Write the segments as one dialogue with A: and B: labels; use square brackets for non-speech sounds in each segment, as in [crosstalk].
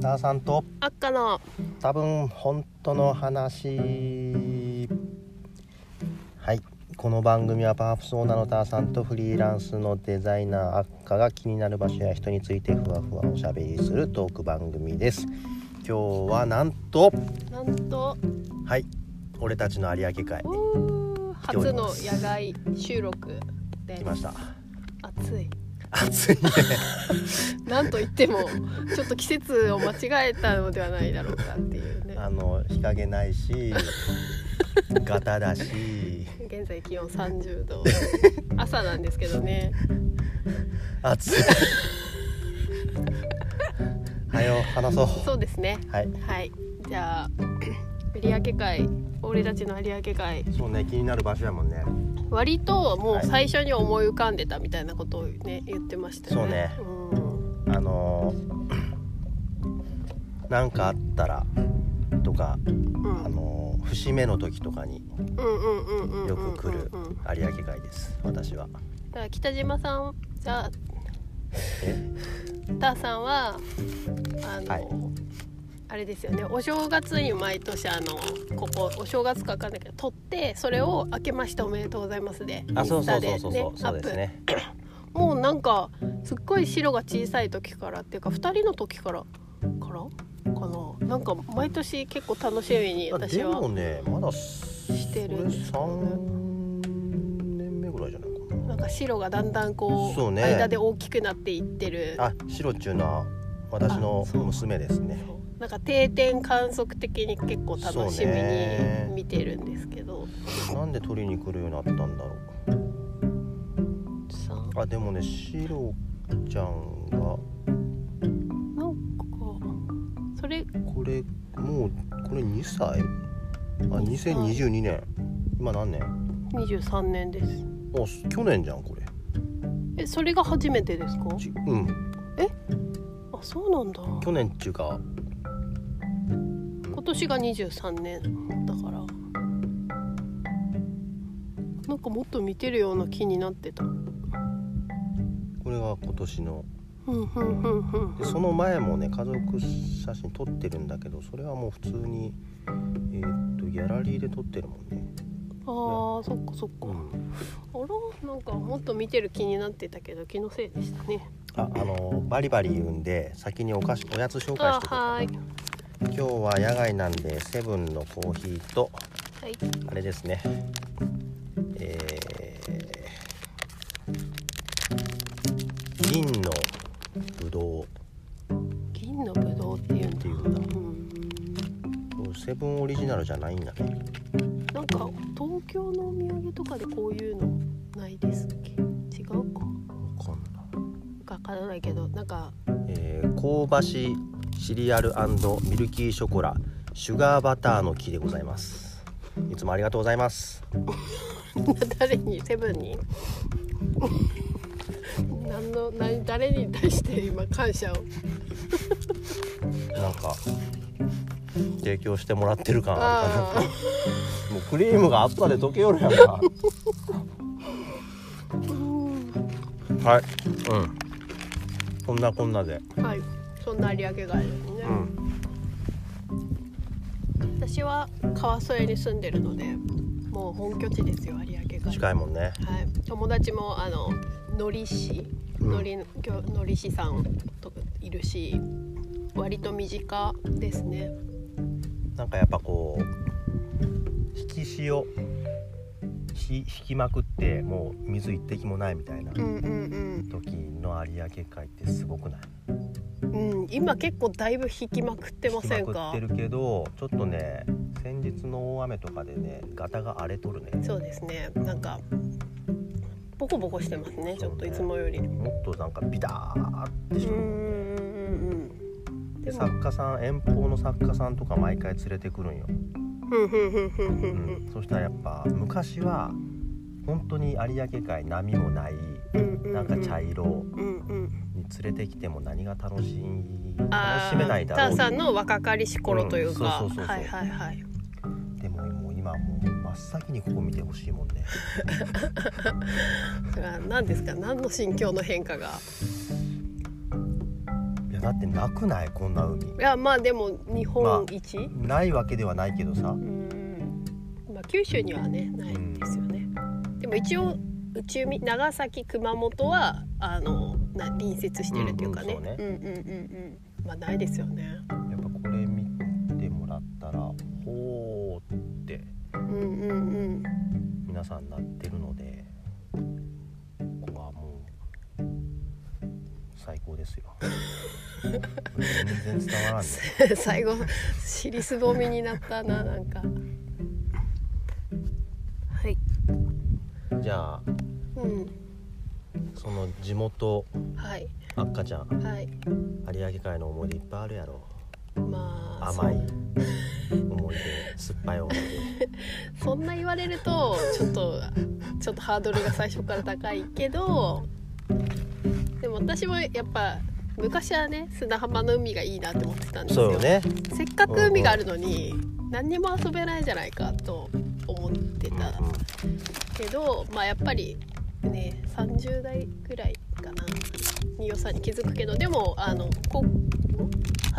A: ターさんと
B: あっかの
A: 多分本当の話はいこの番組はパープスオーナーのターさんとフリーランスのデザイナーあっかが気になる場所や人についてふわふわおしゃべりするトーク番組です今日はなんと
B: なんと
A: はい俺たちの有明海
B: おー
A: 来てお
B: 初
A: り
B: の
A: ます
B: 野外収録で
A: 来ました
B: 暑い
A: 暑いね
B: なんといっても [laughs] ちょっと季節を間違えたのではないだろうかっていうね
A: あの日陰ないしガタだし
B: 現在気温30度朝なんですけどね
A: 暑いはよ話そう
B: そうですね
A: はい
B: はいじゃあ有明海俺たちの有明海
A: そうね気になる場所やもんね
B: 割ともう最初に思い浮かんでたみたいなことをね言ってましたよねそうね
A: あのー [clears throat] なんかあったらとか、
B: うんうん
A: あのー節目の時とかに
B: うんうんうんうんうんうんうん
A: よく来る有明海です私は
B: だから北島さんが
A: え
B: ターさんはあの、
A: はい
B: あれですよねお正月に毎年あのここお正月かわかんないけど撮ってそれを「明けましておめでとうございますで」
A: あそうそう
B: インスタ
A: そうそうそう、そうですね
B: アップもうなんかすっごい白が小さい時からっていうか2人の時からからかななんか毎年結構楽しみに
A: あ
B: 私
A: で
B: は
A: もねまだして
B: るんですよね
A: 3年目ぐらいじゃないか
B: な
A: なん
B: か白がだんだんこう
A: そうね
B: 間で大きくなっていってる
A: あ白っちゅうのは私の
B: あそう
A: 娘ですね
B: なんか定点観測的に結構楽しみ
A: そうね
B: に見てるんですけど、
A: なんで取りに来るようになったんだろう
B: さん
A: あでもね白ちゃんが
B: なんかそれ
A: これもうこれ2歳あ
B: 2歳
A: 2022年今何年あ
B: 23年です
A: す去年じゃんこれ
B: えそれが初めてですか
A: じうん
B: あそうなんだ
A: 去年っていうか
B: 今年が23年だからなんかもっと見てるような気になってたうん
A: これが今年の
B: うんうんうん
A: でその前もね家族写真撮ってるんだけどそれはもう普通にえーっとギャラリーで撮ってるもんね
B: あーそっかそっか、
A: うん
B: あらなんかもっと見てる気になってたけど気のせいでしたね
A: ああのバリバリ言うんで先にお菓子おやつ紹介し
B: あ
A: ておこう
B: はーい
A: 今日は野外なんでセブンのコーヒーと
B: はい
A: あれですね。えー銀のぶどうっ
B: 銀のぶどうっていうんだ
A: ていうんだ。
B: うん
A: セブンオリジナルじゃないんだね。
B: なんか東京のお土産とかでこういうのないですっけ違うか
A: わかん
B: わからないけどなんか [laughs]
A: ない。えー、香ばしいシリアルミルキーショコラシュガーバターの木でございます。いつもありがとうございます。
B: 誰にセブンに [laughs] 何の何誰に対して今感謝を
A: なんか提供してもらってる感あるかな
B: あ。
A: もうクリームが熱さで溶けよるやんか。
B: あー
A: はい。うん。こんなこんなで。
B: うんはいそんな有明があるんでね
A: う、ん。
B: 私は川添に住んでるのでもう本拠地ですよ有明が
A: 近いもんね。
B: はい、友達もあののり師
A: うん
B: のり,、のり師さんとかいるし割と身近ですね
A: なんかやっぱこう引き潮ひ引きまくってもう水一滴もないみたいな
B: うんうん
A: 時の有明海ってすごくない
B: うん、うん、今結構だいぶ引きまくってません
A: 引きま
B: か
A: くってるけどちょっとね先日の大雨とかでねガタが荒れとるね
B: そうですねなんかボコボコしてますねちょっといつもよりうん
A: もっとなんかビターってし
B: う
A: ょ、
B: んうんうん
A: で
B: でも
A: 作家さん遠方の作家さんとか毎回連れてくるんよ、
B: ふんふんふんふん
A: う
B: ふ
A: んん、そしたらやっぱ昔は本当に有明海波もない
B: ふんう
A: なんか茶色、
B: うんうん
A: に連れてきても何が楽しい
B: あ
A: 楽し
B: ー
A: めないだろ
B: タンさん
A: う
B: の若かりし頃というか、
A: うんそうそうそうそう
B: はいはいはい
A: でももう今もう真っ先にここ見てほしいもんね
B: それは何ですか何の心境の変化が
A: いややだってなくないこんな海
B: いやまあでも日本一、
A: ないわけではないけどさ
B: うんまあ九州にはねないですよね、でも一応宇宙み長崎熊本はあのな隣接してるっていうかね,、
A: う
B: うんん
A: うんそう
B: うんうんうんまあないですよね
A: やっぱこれ見てもらったらほーって
B: うんうんうん [laughs]
A: 皆さんなってるのでここはもう最高ですよ全然伝わらんね
B: 最後尻すぼみになったななんかはい
A: じゃあ
B: うん
A: その地元
B: はい
A: あっかちゃん
B: はい
A: 有明海の思い出いっぱいあるやろ
B: まあ
A: 甘い思い出酸っぱい思い
B: そそんな言われるとちょっとちょっとハードルが最初から高いけどでも私もやっぱ昔はね砂浜の海がいいなって思ってたん
A: 出
B: ですよ
A: そうよね
B: せっかく海があるのに何にも遊べないじゃないかと思ってたけどまあやっぱりね30代ぐらいかなに良さに気づくけどでもあのこ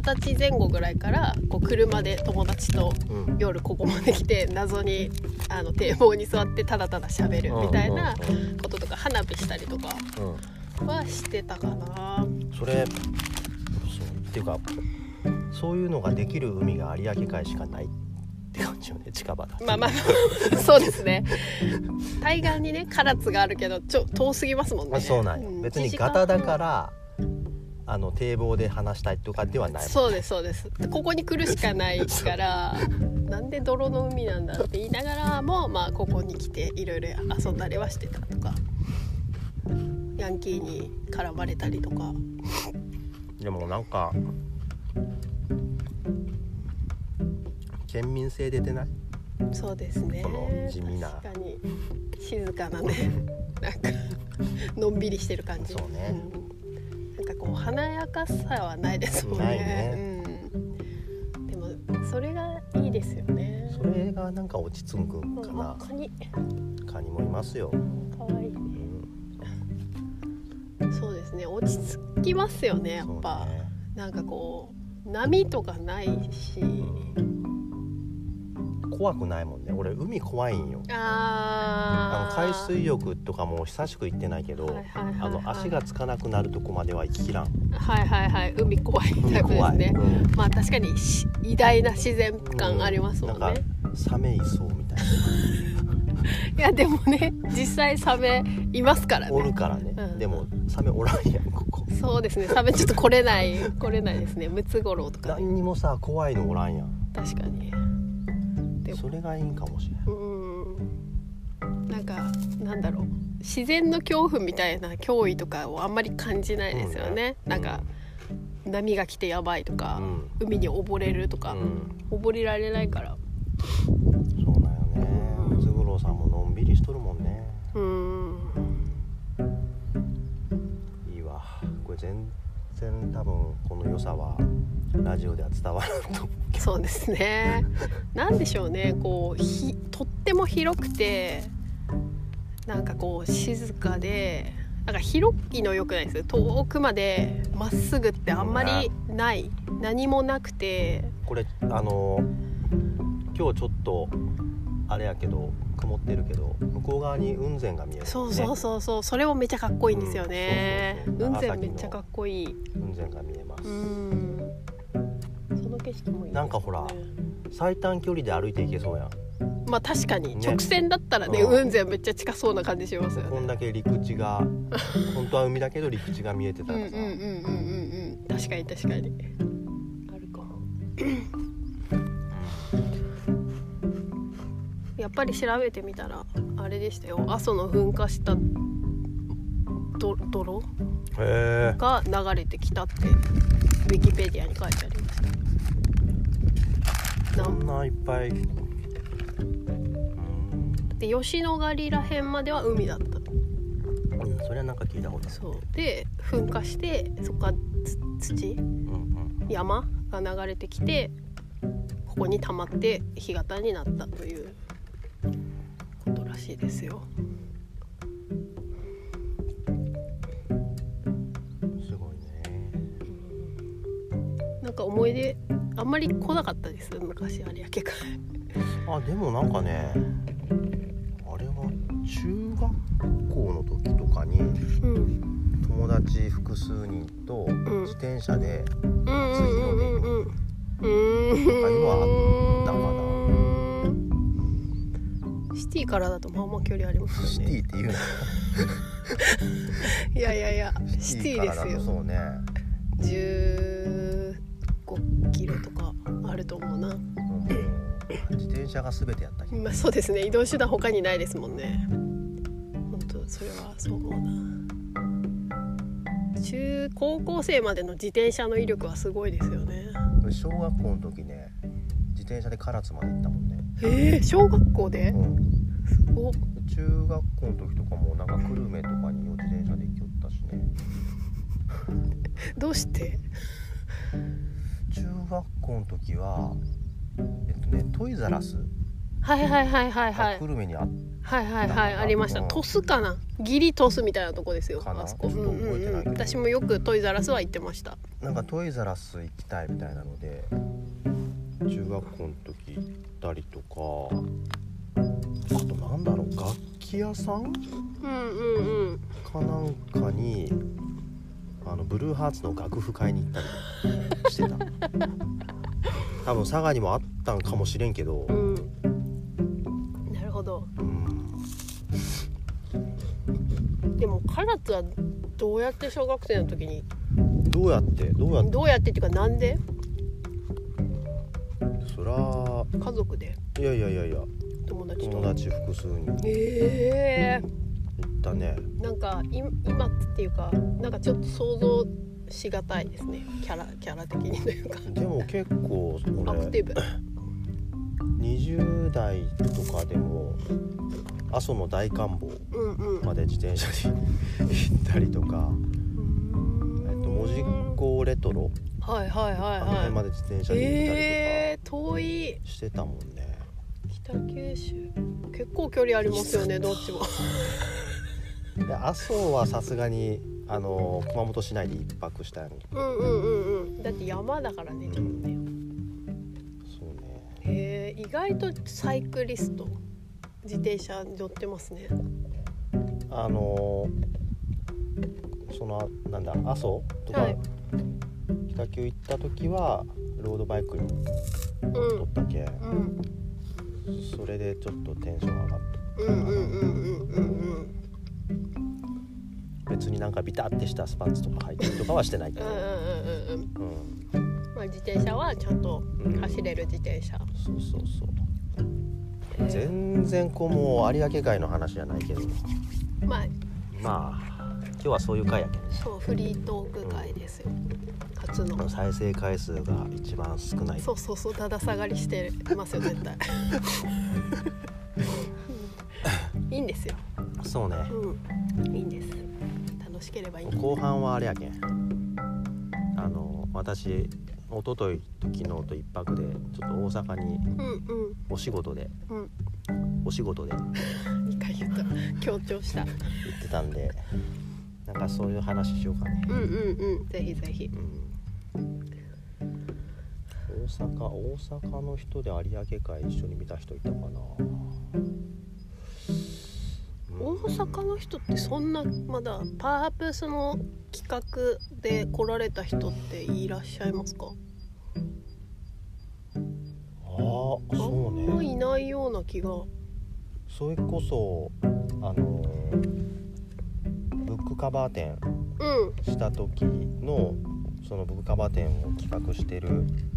B: 二十歳前後ぐらいからこう車で友達と
A: うんうん
B: 夜ここまで来て謎にあの堤防に座ってただただ喋るみたいな
A: うんうん
B: こととか花火したりとか
A: うん
B: はしてたかな。
A: それそうっていうかそういうのができる海が有明海しかないって感じよね近場だと
B: まあまあ [laughs] そうですね対岸にね唐津があるけどちょ遠すぎますもんね、
A: まあそうなんよ、別にガタだからあの堤防で話したいとかではない
B: そうですそうですここに来るしかないからなんで泥の海なんだって言いながらもまあここに来ていろいろ遊んだりはしてたとかヤンキーに絡まれたりとか
A: でもなんか県民性出てない
B: そうですね
A: この地味な
B: 確かに静かなね
A: [laughs]
B: なんかのんびりしてる感じ
A: そうね
B: うんなんかこう華やかさはないですもんね
A: ないね
B: うん、でもそれがいいですよね
A: それがなんか落ち着くんかな
B: あカニ
A: カニもいますよ、
B: 可愛い
A: うん
B: ねそうですね落ち着きますよねやっぱ、
A: そうね
B: なんかこう波とかないし、
A: うん怖くないもんね俺海怖いんよあ
B: あ
A: の
B: ー
A: 海水浴とかも久しく行ってないけど、
B: はいはいはいはい
A: あの足がつかなくなるとこまでは行ききらん
B: はいはいはい海怖いタ
A: 海
B: イプで
A: 怖
B: す
A: い、
B: ね
A: うん
B: まあ確かにし偉大な自然感ありますもん
A: なん
B: ね、
A: かサメいそうみたい
B: いやでもね実際サメいますから
A: なお
B: ね
A: るからね、
B: うん
A: でもサメおらんやんここ
B: そうですねサメちょっと来れない来れないですねムツゴロウとかね
A: 何にもさ怖いのおらんやん
B: 確かにでも
A: それがいいんかもしれない
B: うんなんかなんだろう自然の恐怖みたいな脅威とかをあんまり感じないですよね、
A: うん
B: なんか波が来てやばいとか、
A: うん
B: 海に溺れるとか、
A: うん
B: 溺れられないから
A: そうなんよねムツゴロウさんものんびりしとるもんね
B: うん
A: いいわこれ全然多分この良さはラジオでは伝わらんと思うけど
B: そうで
A: [laughs]
B: すね。なんでしょうね。こうひとっても広くて、なんかこう静かで、なんか広いの良くないです。遠くまでまっすぐってあんまりない。何もなくて、
A: これあの今日ちょっとあれやけど曇ってるけど向こう側に雲仙が見える、ね、
B: そうそうそうそう。それもめちゃかっこいいんですよね。
A: うんそうそうそう
B: 雲仙めっちゃかっこいい。
A: 雲仙が見えます、
B: うん。その景色もいいですね
A: なんかほら最短距離で歩いていけそうやん
B: まあ確かに
A: ね
B: 直線だったらね、
A: うん
B: 雲仙めっちゃ近そうな感じしますよね。
A: こんだけ陸地
B: [laughs]
A: が本当は海だけど陸地が見えてた
B: うんう
A: ら
B: んうん
A: さ、
B: うんうんうん確かに確かにあるかやっぱり調べてみたらあれでしたよ阿蘇の噴火したど泥
A: へえ
B: が流れてきたってウィキペディアに書いてありました
A: こ
B: なん
A: んないっぱいうん
B: で吉野ヶ里らへんまでは海だった
A: うんそれはなんか聞いたことある
B: そうで噴火してそこからつ土
A: うんうん
B: 山が流れてきてここに溜まって干潟になったということらしいですよ。
A: すごいね
B: うんか思い出あんまり来なかったです昔有明海
A: あでもなんかねあれは中学校の時とかに
B: うん
A: 友達複数人と
B: ん
A: 自転車で、
B: うんうんうんうんうんうん
A: 他にもあったか
B: うんシティからだとまあまあ距離ありますよね
A: シティっていうの
B: いやいやいや [laughs] シ
A: シ
B: テ
A: ティ
B: ィ
A: か
B: で
A: らだ
B: す
A: と
B: よ
A: そうね
B: 15キロとかあると思うな
A: もう自転車が全てやった日
B: まあそうですね移動手段他にないですもんね本当それはそう思うな中高校生までの自転車の威力はすごいですよね
A: 小学校の時ね自転車で唐津まで行ったもんね、
B: えー、小学校で
A: うん、
B: すごっ
A: 中学校の時とかもなんか久留米とかによ自転車で行きよったしね
B: どうして
A: 中学校の時はえっとねトイザラス
B: はいはいはいはいは
A: が
B: い
A: 久留米にあっ
B: はいはいはいありました
A: うん
B: トスかなギリトスみたいなとこですよ
A: かな
B: あそこう
A: ちょ
B: ん
A: っと覚え
B: う
A: てない
B: ん
A: け
B: う
A: ど
B: ん私もよくトイザらスは行ってました
A: なんかトイザラス行きたいみたいなので中学校の時行ったりとかあとなんだろう楽器屋さん
B: うんうんうん
A: かなんかにあのブルーハーツの楽譜会に行ったりとかして
B: [laughs]
A: た多分佐賀にもあったんかもしれんけど、
B: うんなるほど
A: うん、
B: でも唐津はどうやって小学生の時に
A: どうやってどうやって
B: どうやってっていうかなんで
A: そら
B: 家族で
A: いやいやいやいや
B: 友達と
A: 友達複数に行っ
B: ええ
A: たね
B: なんかい今っていうかなんかちょっと想像しがたいですねキャラキャラ的にというか
A: でも結構
B: アク
A: 俺
B: ティブ
A: 20代とかでも阿蘇の大観望
B: うんうん
A: まで自転車で行ったりとか、えっと、門司港レトロ
B: はいはいはい
A: あの辺
B: は
A: まで自転
B: い
A: 車で行ったりとか。
B: ええ遠い
A: してたもんね
B: 北九州結構距離ありますよねどっちも
A: で阿蘇はさすがにあの熊本市内で一泊したん
B: うんうんうんうんだって山だからねちょっとね
A: そうね
B: へえ意外とサイクリスト自転車乗ってますね
A: あのそのなんだ阿蘇とか、
B: はい
A: 北九行った時はロードバイクに
B: うん
A: 乗ったけん
B: うん
A: それでちょっとテンション上がっ
B: うんうんうんうんうん
A: た別になんかビタってしたスパンツとか履いたりとかはしてないけ
B: うんうんう
A: ど、
B: んうんうんうん
A: うん、
B: まあ自転車はちゃんと
A: うん
B: 走れる自転車、
A: そうそうそう
B: へえ
A: 全然こうもう有明海の話じゃないけど
B: まあ
A: まあ今日はそういう回やけん
B: そうフリートーク会ですよ勝つの
A: 再生回数が一番少ない
B: そうそうそうだだ下がりしてますよ絶対うんいいんですよ
A: そうね
B: うんいいんです楽しければいいんです
A: 後半はあれやけんあの私一昨日と昨日と一泊でちょっと大阪に
B: うんうん
A: お仕事で
B: うん
A: お仕事で行
B: 2回言った強調した
A: ってたんでなんかそういう話しようかね、
B: うんうんうんぜひぜひ
A: うん、大阪大阪の人で有明海一緒に見た人いたかな、うん
B: 大阪の人ってそんなまだパープスの企画で来られた人っていらっしゃいますか
A: あーそう
B: あんま
A: ね
B: いないような気が
A: それこそあのブックカバー展
B: うん
A: した時のそのブックカバー展を企画してる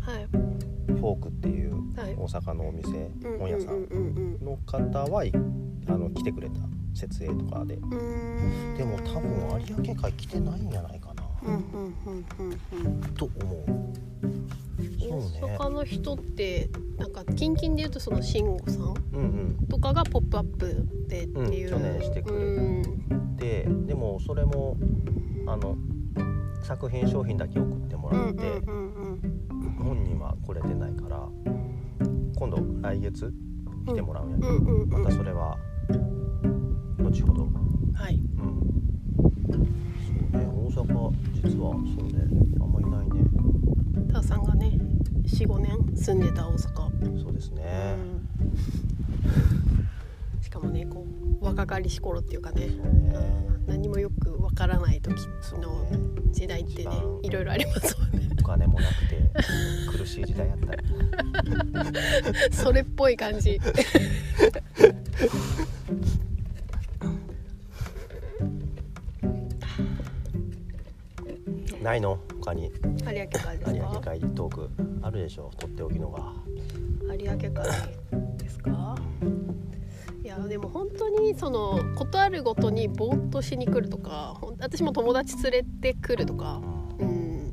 B: はい
A: フォークっていう
B: はい
A: 大阪のお店、
B: うん
A: 本屋さ
B: うん
A: ん
B: うん
A: の方はいあの来てくれた設営とかで
B: うんうん
A: でも多分有明海来てないんじゃないかな
B: うんうんうんうんうん
A: と思うそうね
B: 大阪の人ってなんか近々で言うとその慎吾さん
A: うん
B: とかが「ポップアップでっていう、
A: うん去年してくれた
B: うん
A: うんででもそれもあの作品商品だけ送っても
B: う
A: らっ
B: ん
A: て、
B: うんうん
A: 本人は来れてないから今度来月来てもらうんやけ
B: う
A: ど、
B: んうんうん
A: またそれは後ほど、うん
B: はい
A: そうね大阪実はそうねあんまりいないね
B: ターさんがね45年住んでた大阪、
A: そうですね、
B: しかもねこう若かりし頃っていうかね
A: そうね
B: 何もよくわからない時
A: そう
B: の
A: ね
B: 時代っ
A: 一
B: てね
A: 番
B: いろいろありますもん
A: [laughs]
B: ね
A: お金もなくて苦しい時代やった [laughs]
B: それっぽい感じ
A: ないの他に
B: 有明海です
A: [laughs]
B: か
A: 有明海トークあるでしょとっておきのが
B: 有明海ですかいやでも本当にその事あるごとにぼーっとしに来るとかほん私も友達連れてくるとかうん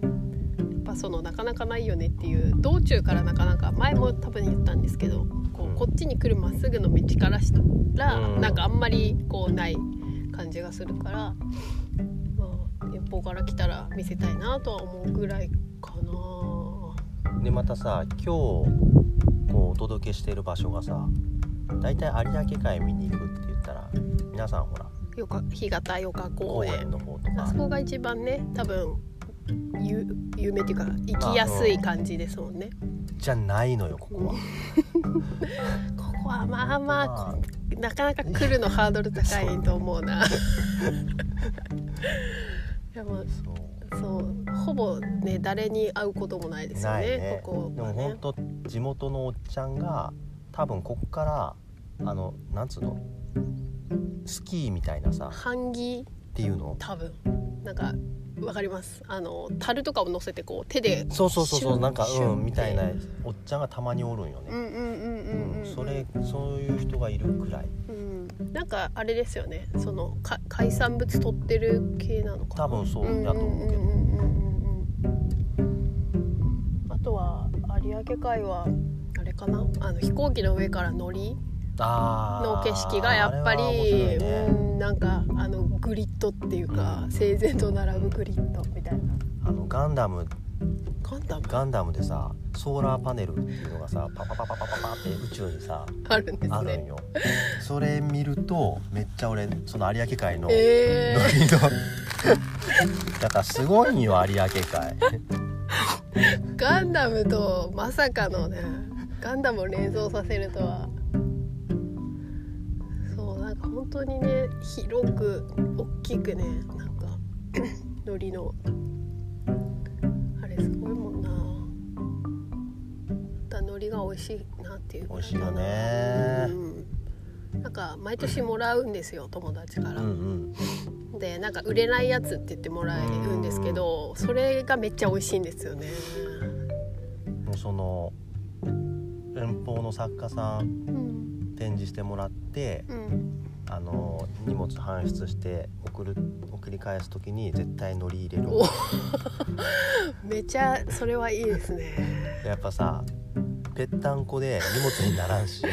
B: やっぱそのなかなかないよねっていう道中からなかなか前も多分言ったんですけどこ
A: うん
B: うこっちに来るまっすぐの道からしたら、
A: うん
B: なんかあんまりこうない感じがするから、まあ、遠方から来たら見せたいなとは思うぐらいかな。
A: でまたさ今日こうお届けしている場所がさ大体有明海見に行くって言ったら皆さんほら
B: よか干潟よか公
A: 公
B: 園
A: 園の方と
B: あ
A: か
B: そこが一番ね多分ゆ有名っていうか行きやすい感じですもんね。
A: じゃないのよここは。
B: [laughs] ここはまあまあ
A: まあ
B: なかなか来るのハードル高いと思う [laughs] な。でも
A: そう
B: そうほぼね誰に会うこともないですよ
A: ない
B: ね
A: ね
B: こ
A: で
B: こは
A: も
B: ね
A: 本。当地元のおっちゃんが多分こっからあのなんつうのスキーみたいなさっ
B: 版木
A: ていうの
B: 多分なんかわかりますあの樽とかを乗せてこう手で
A: そうそうそう
B: シュ
A: そう
B: ン
A: なんか
B: シュン
A: う
B: って
A: んみたいなおっちゃんがたまにおるんよ
B: う
A: ね、
B: んうんうん
A: う
B: うんうん、
A: それそういう人がいるくらい
B: うん、なんかあれですよねそのか海産物取ってる系なのかな
A: 多分そうだと思うけど、
B: んうんうんうんうんあとは有明海はあれかなあの飛行機の上から乗り
A: あー
B: の景色がやっぱり、
A: あれは面白いね
B: うんなんかあのグリッドっていうか整然と並ぶグリッドみたいな
A: あのガンダム
B: ガンダム
A: ガンダムでさソーラーパネルっていうのがさパパパパパパパって宇宙にさ
B: あるんです
A: あるん
B: ね
A: よそれ見るとめっちゃ俺その有明海の、
B: え
A: ノ
B: ー、
A: リの [laughs] だからすごいんよ有明海
B: ガンダムとまさかのねガンダムを連想させるとはそうなんか本当にね広く大きくねなんか [clears throat] ノリのあれすごいもんなだノリが美味しいなっていう
A: 美
B: 感
A: 味
B: じ
A: しい
B: かな
A: よね
B: うんなんか毎年もらうんですよ友達か
A: う
B: ら、
A: んうん
B: でなんか売れないやつって言ってもらえるんですけどそれがめっちゃ美味しいんですよね
A: もうその遠方の作家さん
B: うん
A: 展示してもらって
B: うん
A: あの荷物搬出して送る送り返す時に絶対乗り入れる
B: おめちゃそれはいいですね
A: やっぱさぺったんこで荷物にならんし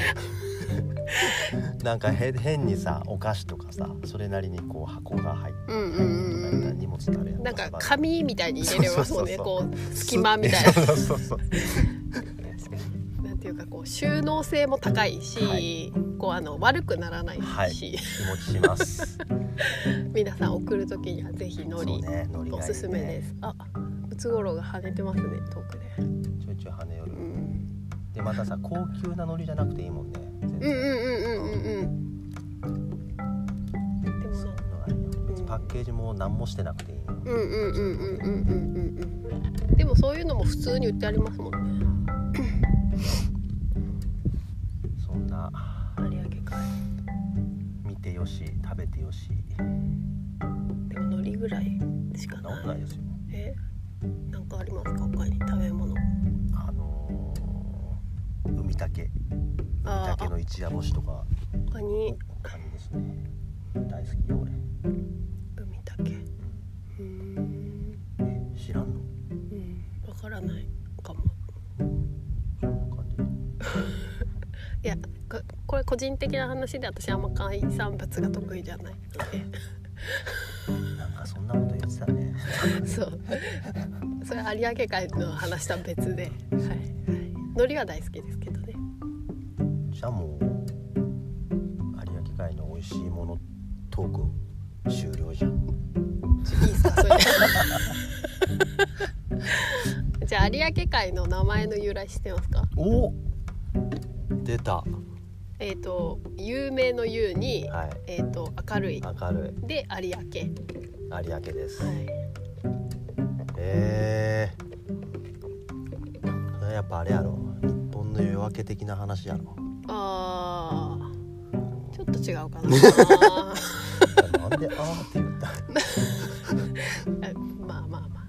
A: なんかへ変にさお菓子とかさそれなりにこう箱が入って
B: うんうん
A: 入
B: う
A: っ
B: ん
A: たら
B: うん
A: 荷物になるやん
B: なんか
A: バサバ
B: 紙みたいに入れれますもんね
A: そう
B: こう隙間みたいな
A: そうそうそう
B: なんていうかこう収納性も高いし、
A: はい
B: こうあの悪くならないし、
A: はい気持ちします
B: 皆さん送る時にはぜひの
A: そう
B: り、
A: ね海苔がいいね
B: おすすめですあムツゴロウが跳ねてますね遠くで、
A: ちょいちょい跳ね寄る
B: うん、
A: でまたさ高級なノリじゃなくていいもんね全
B: うんうん
A: 然
B: うんうんうんうんでもなんか
A: のがいいよ別にパッケージも何もしてなくていいよ
B: うんうんうんうんうんうんうんうんでもそういうのも普通に売ってありますもんね
A: そんな
B: 有明海
A: 見てよし食べてよし
B: でも海苔ぐらいしか
A: そんな
B: な
A: こ
B: い
A: とないですよ
B: えなんかありますか他に食べ物
A: あのー、海竹海
B: あー
A: 竹の一夜干しとか
B: 他に
A: カニですね大好きよ俺
B: 海だけうーん
A: え知らんの
B: うんわからないかも
A: そんな感じ
B: いやここれ個人的な話で私あんま海産物が得意じゃない [laughs]
A: なんかそんなこと言ってたね
B: のでそうそれ有明海の話とは別ではい、はい、海苔は大好きですけどね
A: じゃあもう有明海の美味しいものトーク終了じゃん
B: いいですかそれ [laughs] じゃあ有明海の名前の由来知ってますか
A: お出たは
B: えっ、と有名の有に、
A: い
B: えっと明るい
A: 明るい
B: で有明、はい、
A: 有明です、えー、それやっぱあれやろ日本の夜明け的な話やろ
B: あーちょっと違うかな [laughs]
A: なんであーって言った
B: あまあまあま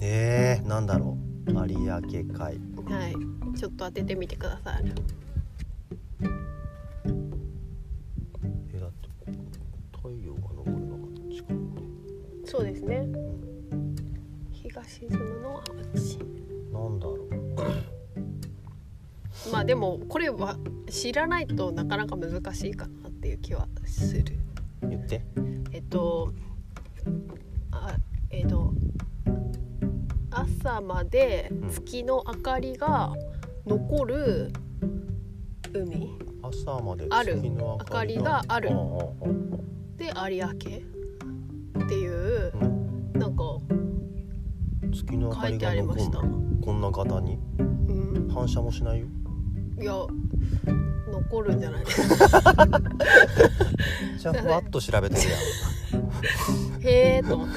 A: えー、なんだろう有明海
B: あはいちょっと当ててみてください
A: えだって太陽が昇るのが近く
B: そうですね日が沈むのはあっち
A: なんだろう
B: まあでもこれは知らないとなかなか難しいかなっていう気はする
A: 言って
B: えっとあえっと朝まで月の明かりが残る海
A: 朝まで
B: ある
A: 月の明かりが
B: 明かりがある
A: うんうんうん
B: で有明っていう
A: うん
B: なんか
A: 月の明か
B: 書い
A: り
B: てあ
A: が
B: りまし
A: 残
B: た、
A: るこんな型に
B: うん、
A: 反射もしないよ
B: いや残るんじゃないですか
A: じゃあふわっと調べてるや
B: へえと思って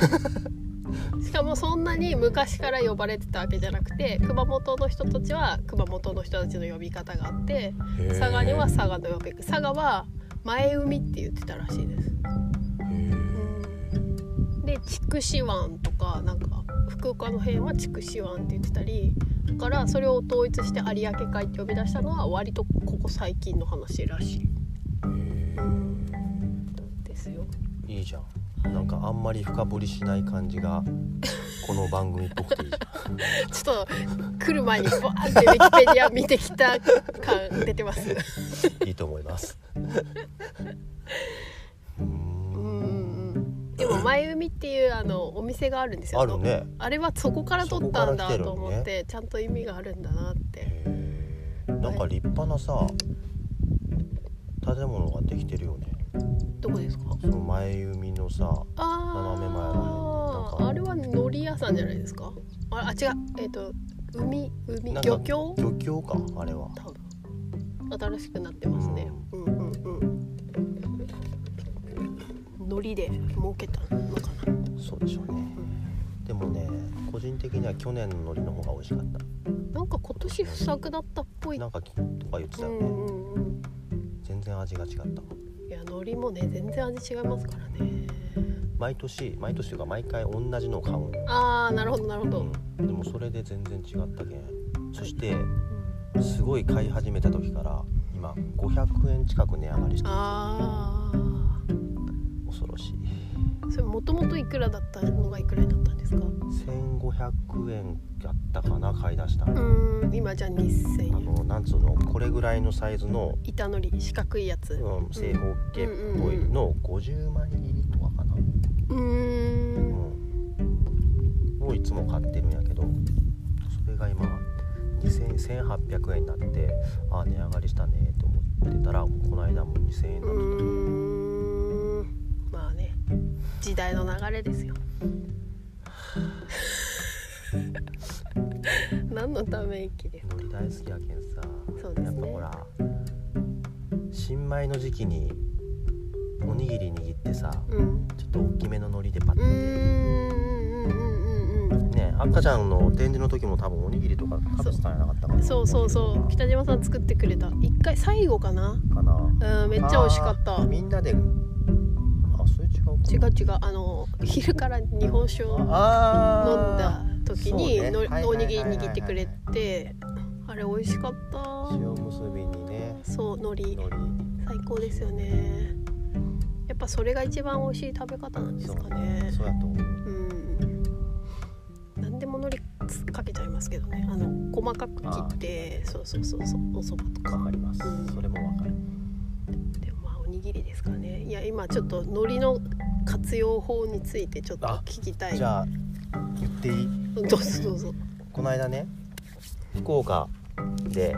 B: しかもそんなに昔から呼ばれてたわけじゃなくて熊本の人たちは熊本の人たちの呼び方があって [laughs]
A: ん
B: 佐賀には
A: へ
B: 佐賀の呼び佐賀は前海って言ってたらしいです
A: ー
B: で筑紫湾とかなんか福岡の辺は筑紫湾って言ってたりだからそれを統一して有明海って呼び出したのは割とここ最近の話らしいですよ
A: いいじゃんなんかあんまり深掘りしない感じがこの番組っぽくていいじ
B: ちょっと来る前にバーってウィキペディア見てきた感出てます
A: ゃんいいと思いますうー
B: うんんうんでも前海っていうあのお店があるんですよ
A: あるね
B: あれはそこから取ったん
A: そこから来てる
B: だ
A: ね
B: と思ってちゃんと意味があるんだなって
A: へーなんか立派なさ建物ができてるよね
B: どこですか
A: その前海のさ
B: あ
A: 斜め前のなん
B: あ
A: か
B: あれは海苔屋さんじゃないですかああ違うえっ、と海海
A: なんか
B: 漁協
A: 漁協かあれは
B: 多分新しくなってますねうんうんうん海苔で儲けたのかな
A: そうでしょうねでもね個人的には去年の海苔の方が美味しかっ
B: なんか今年不作だったっぽ
A: た
B: い
A: なんかきとか言ってたよ
B: うん
A: ね、
B: うんうん
A: 全然味が違った
B: いや海苔もね全然味違いますからね
A: 毎年毎年というか毎回同じのを買うんよ
B: ああなるほどなるほど、
A: うん、でもそれで全然違ったけんそしてすごい買い始めた時から今500円近く値上がりして
B: ああ
A: 恐ろしい
B: それもともといくらだったのがいくらになったんですか
A: 1500円だったかな買い出した
B: う
A: の、
B: ーん今じゃあ2000
A: あ
B: 円
A: のなんつうのこれぐらいのサイズの、
B: 板のり四角いやつう
A: うん、正方形っぽいの50枚切りとかかな、
B: ー
A: うんん、をいつも買ってるんやけどそれが今2000 1800円になってああ値上がりしたねと思ってたらもうこの間もう2000円
B: うーんまあね時代の流れですよ [laughs] 何のため息です
A: 海苔大好きやけんさ、
B: そうで
A: や
B: すね
A: っぱほら新米の時期におにぎり握ってさ
B: うん
A: ちょっと大きめの海苔でパッ
B: うー
A: て、
B: んうんうんうんうん
A: ね赤ちゃんの展示の時も多分おにぎりとか食べてたんやなかったかな
B: そうそうそう北島さん作ってくれた一回最後かな
A: かな
B: うんめっちゃ美味しかった
A: あーみんなであそれ違うか
B: 違う違うあの昼から日本酒を飲ん
A: あ
B: だ時に、
A: そうね
B: の
A: はいはいはいはい
B: おにぎり握ってくれてあれ美味しかった
A: あ塩結びにね
B: そう海
A: 海
B: 苔
A: 苔
B: 最高ですよねやっぱそれが一番美味しい食べ方なんですかね
A: そうやと思う
B: うん何でも海苔かけちゃいますけどねあの細かく切ってそうそうそうそうおそばと
A: わ
B: か
A: かります
B: うん
A: それもわかる
B: でもまあおにぎりですかねいや今ちょっと海苔の活用法についてちょっと聞きたい
A: じゃあ言っていい
B: どうぞどうぞ
A: この間ね福岡で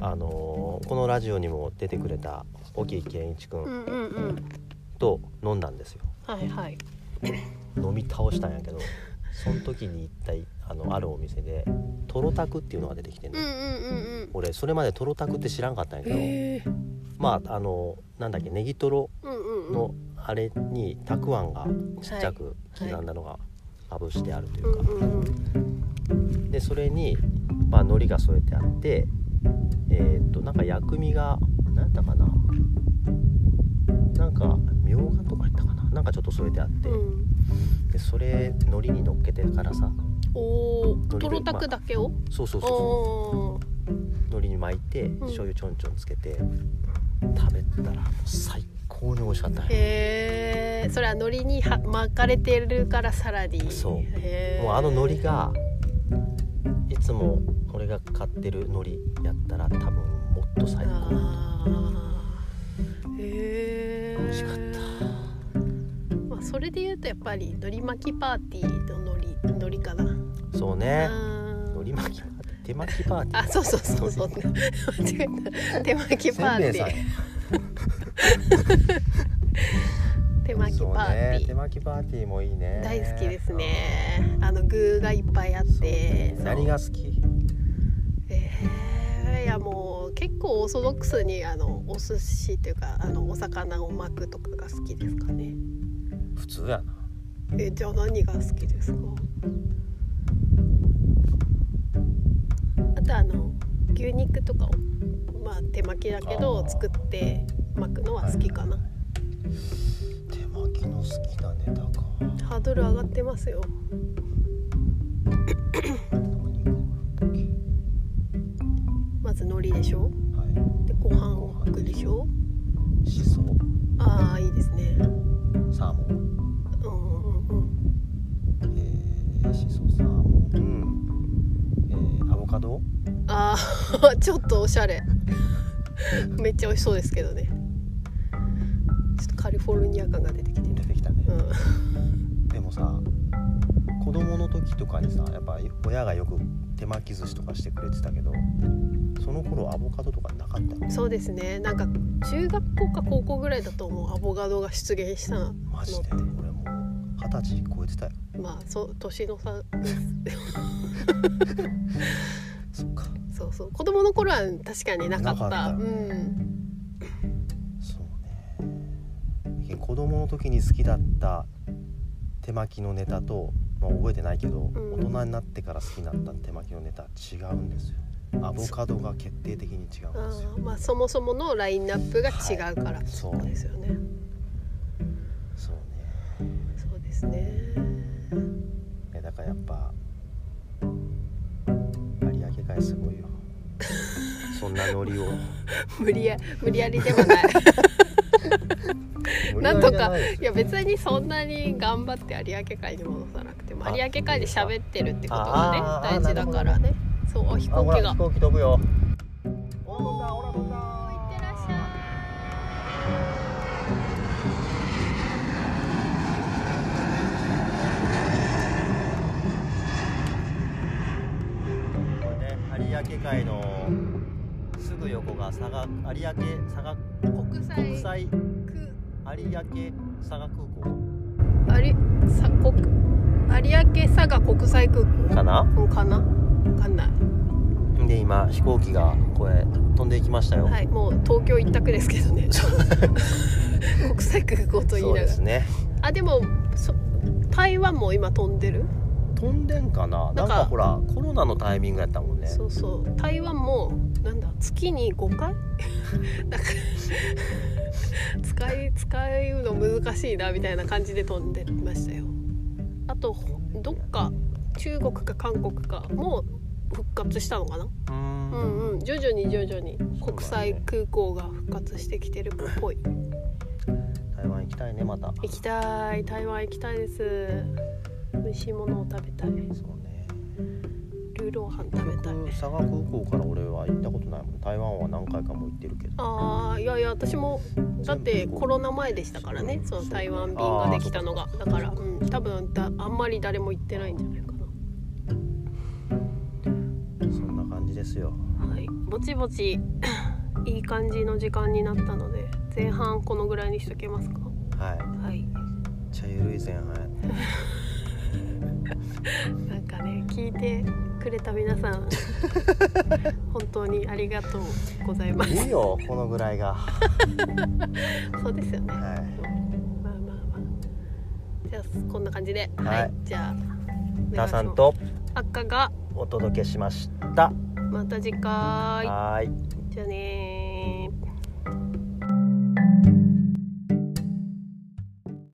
A: あのーこのラジオにも出てくれた沖健一
B: う
A: 君
B: んうんうん
A: と飲んだんですよ
B: はいはい [laughs]
A: 飲み倒したんやけどその時に行ったいあのあるお店でトロタクっていうのが出てきてん
B: う
A: の、
B: んうんうんうん
A: 俺それまでトロタクって知らんかったんやけど、
B: えー
A: まああのなんだっけネギトロ
B: うんうんうん
A: のあれにたくあんがちっちゃく刻んだのがまぶしてあるといううか、
B: んうんうん
A: でそれに、まあ、海苔が添えてあってえーっとなんか薬味が何だかななんかみょうがとかいったかななんかちょっと添えてあって、
B: うん
A: でそれ海苔に乗っけてからさ
B: おー
A: 海苔で
B: トロタクだけを
A: そうそうそうそう
B: おー
A: 海苔に巻いて醤油ちょんちょんつけて食べたらもう最高に美味しかったよ
B: へえそれは海苔には巻かれてるからさらに
A: そう
B: へー
A: もうあの海苔がいつも俺が買ってる海苔やったら多分もっと最高
B: あーへえ、
A: 美味しかった
B: まあ、それで言うとやっぱり海苔巻きパーティーの海苔海苔かな
A: そう
B: あ
A: ね
B: ー
A: 海苔巻きパーティー手巻きパーティー
B: あそうそうそうそう [laughs] 間違えた手巻きパ
A: せ
B: ー
A: んべい
B: ティ
A: さん
B: ー手巻きパー
A: そうね
B: ティ
A: 手
B: ー
A: 巻きパーティーもいいね
B: 大好きですねあの具がいっぱいあっ
A: そう
B: て
A: ね何が好き
B: えーいやもう結構オーソドックスにあのお寿司というかあのお魚を巻くとかが好きですかね
A: 普通やな
B: えじゃあ何が好きですかあとあの牛肉とかをまあ手巻きだけ
A: あ
B: ど
A: ー
B: 作って巻くのは好きかな
A: 手巻きの好きなネタか
B: ハードル上がってますよ
A: 何があるっけ
B: まず海苔でしょ
A: は
B: でご飯を巻くでしょ
A: いしそ
B: ああいいですね
A: サーモン
B: うんうんうん
A: えー、しそサーモン、えー、アボカド
B: ああちょっとおしゃれ [laughs] めっちゃ美味しそうですけどねちょっとカリフォルニア感が出てきてる
A: 出てきたね、
B: うん
A: でもさ子供の時とかにさやっぱ親がよく手巻き寿司とかしてくれてたけどその頃アボカドとかなかったよね
B: そうですねなんか中学校か高校ぐらいだともうアボカドが出現したの
A: マジで俺もう二十歳超えてたよ
B: まあそう年の差です
A: そっか
B: そうそう子供の頃は確かになかった
A: なかった
B: うん
A: そうね子供の時に好きだった手巻きのネタと、まあ、覚えてないけど、
B: うん
A: 大人になってから好きになった手巻きのネタ違うんですよアボカドが決定的に違うん
B: あ
A: ですよ
B: ーまあそもそものラインナップが違うから、
A: そう
B: そうですよね
A: そうね
B: そうですね
A: いやだからやっぱ有明海す
B: [laughs]
A: ごいよそんなノリを
B: 無理や無理やりではないなんとかいや別にそんなに頑張って有明海に戻さなくても
A: あ
B: 有明海で喋ってるってことがね
A: あー
B: 大事だからねそう飛
A: あほ
B: 行機
A: ら
B: が
A: 飛行機飛ぶよ
B: いってらっしゃい
A: これね有明海のすぐ横が佐賀有明佐賀
B: 国際
A: 国際有
B: く
A: 明佐賀空港
B: ありさ国有明佐賀国際空
A: かな
B: 港かな分かんない
A: で今飛行機がこれ飛んでいきましたよ、
B: はいもう東京一択ですけどね [laughs] 国際空港と言い
A: そう
B: な
A: で
B: がら
A: すね
B: あでもそ台湾も今飛んでる、
A: 飛んでんかなな
B: な
A: ん
B: か
A: んかほらコロナのタイミングやったもんね
B: そうそう台湾もなんだ月に5回 [laughs] なんか使い使うの難しいなみたいな感じで飛んでましたよあとどっか中国か韓国かも復活したのかな
A: うーん
B: うんうん徐々に徐々に
A: そうだね
B: 国際空港が復活してきてるっぽい、
A: 台湾行きたいねまた
B: 行きたい台湾行きたいです美味しいものを食べたいル
A: そうね
B: ーローハン食べたい
A: 佐賀空港から俺は行ったことないもん台湾は何回かも行ってるけど
B: あーいやいや私もだってコロナ前でしたからねその台湾便ができたのがだから、うん、多分だあんまり誰も行ってないんじゃないか
A: そんな感じですよ
B: なはいぼちぼち [clears throat] いい感じの時間になったので前半このぐらいにしとけますか
A: はいめっ
B: はい
A: ちゃゆるい前半やね
B: なんかね聞いてくれた皆さ [laughs] ん本当にありがとうございます [laughs]
A: いいよこのぐらいが、
B: そうですよね、まあ
A: は
B: まあまあじゃあこんな感じでは
A: はい
B: じゃ
A: い、
B: あ
A: タさんと
B: 赤が
A: お届けしました
B: また次回
A: はーい
B: じゃあねー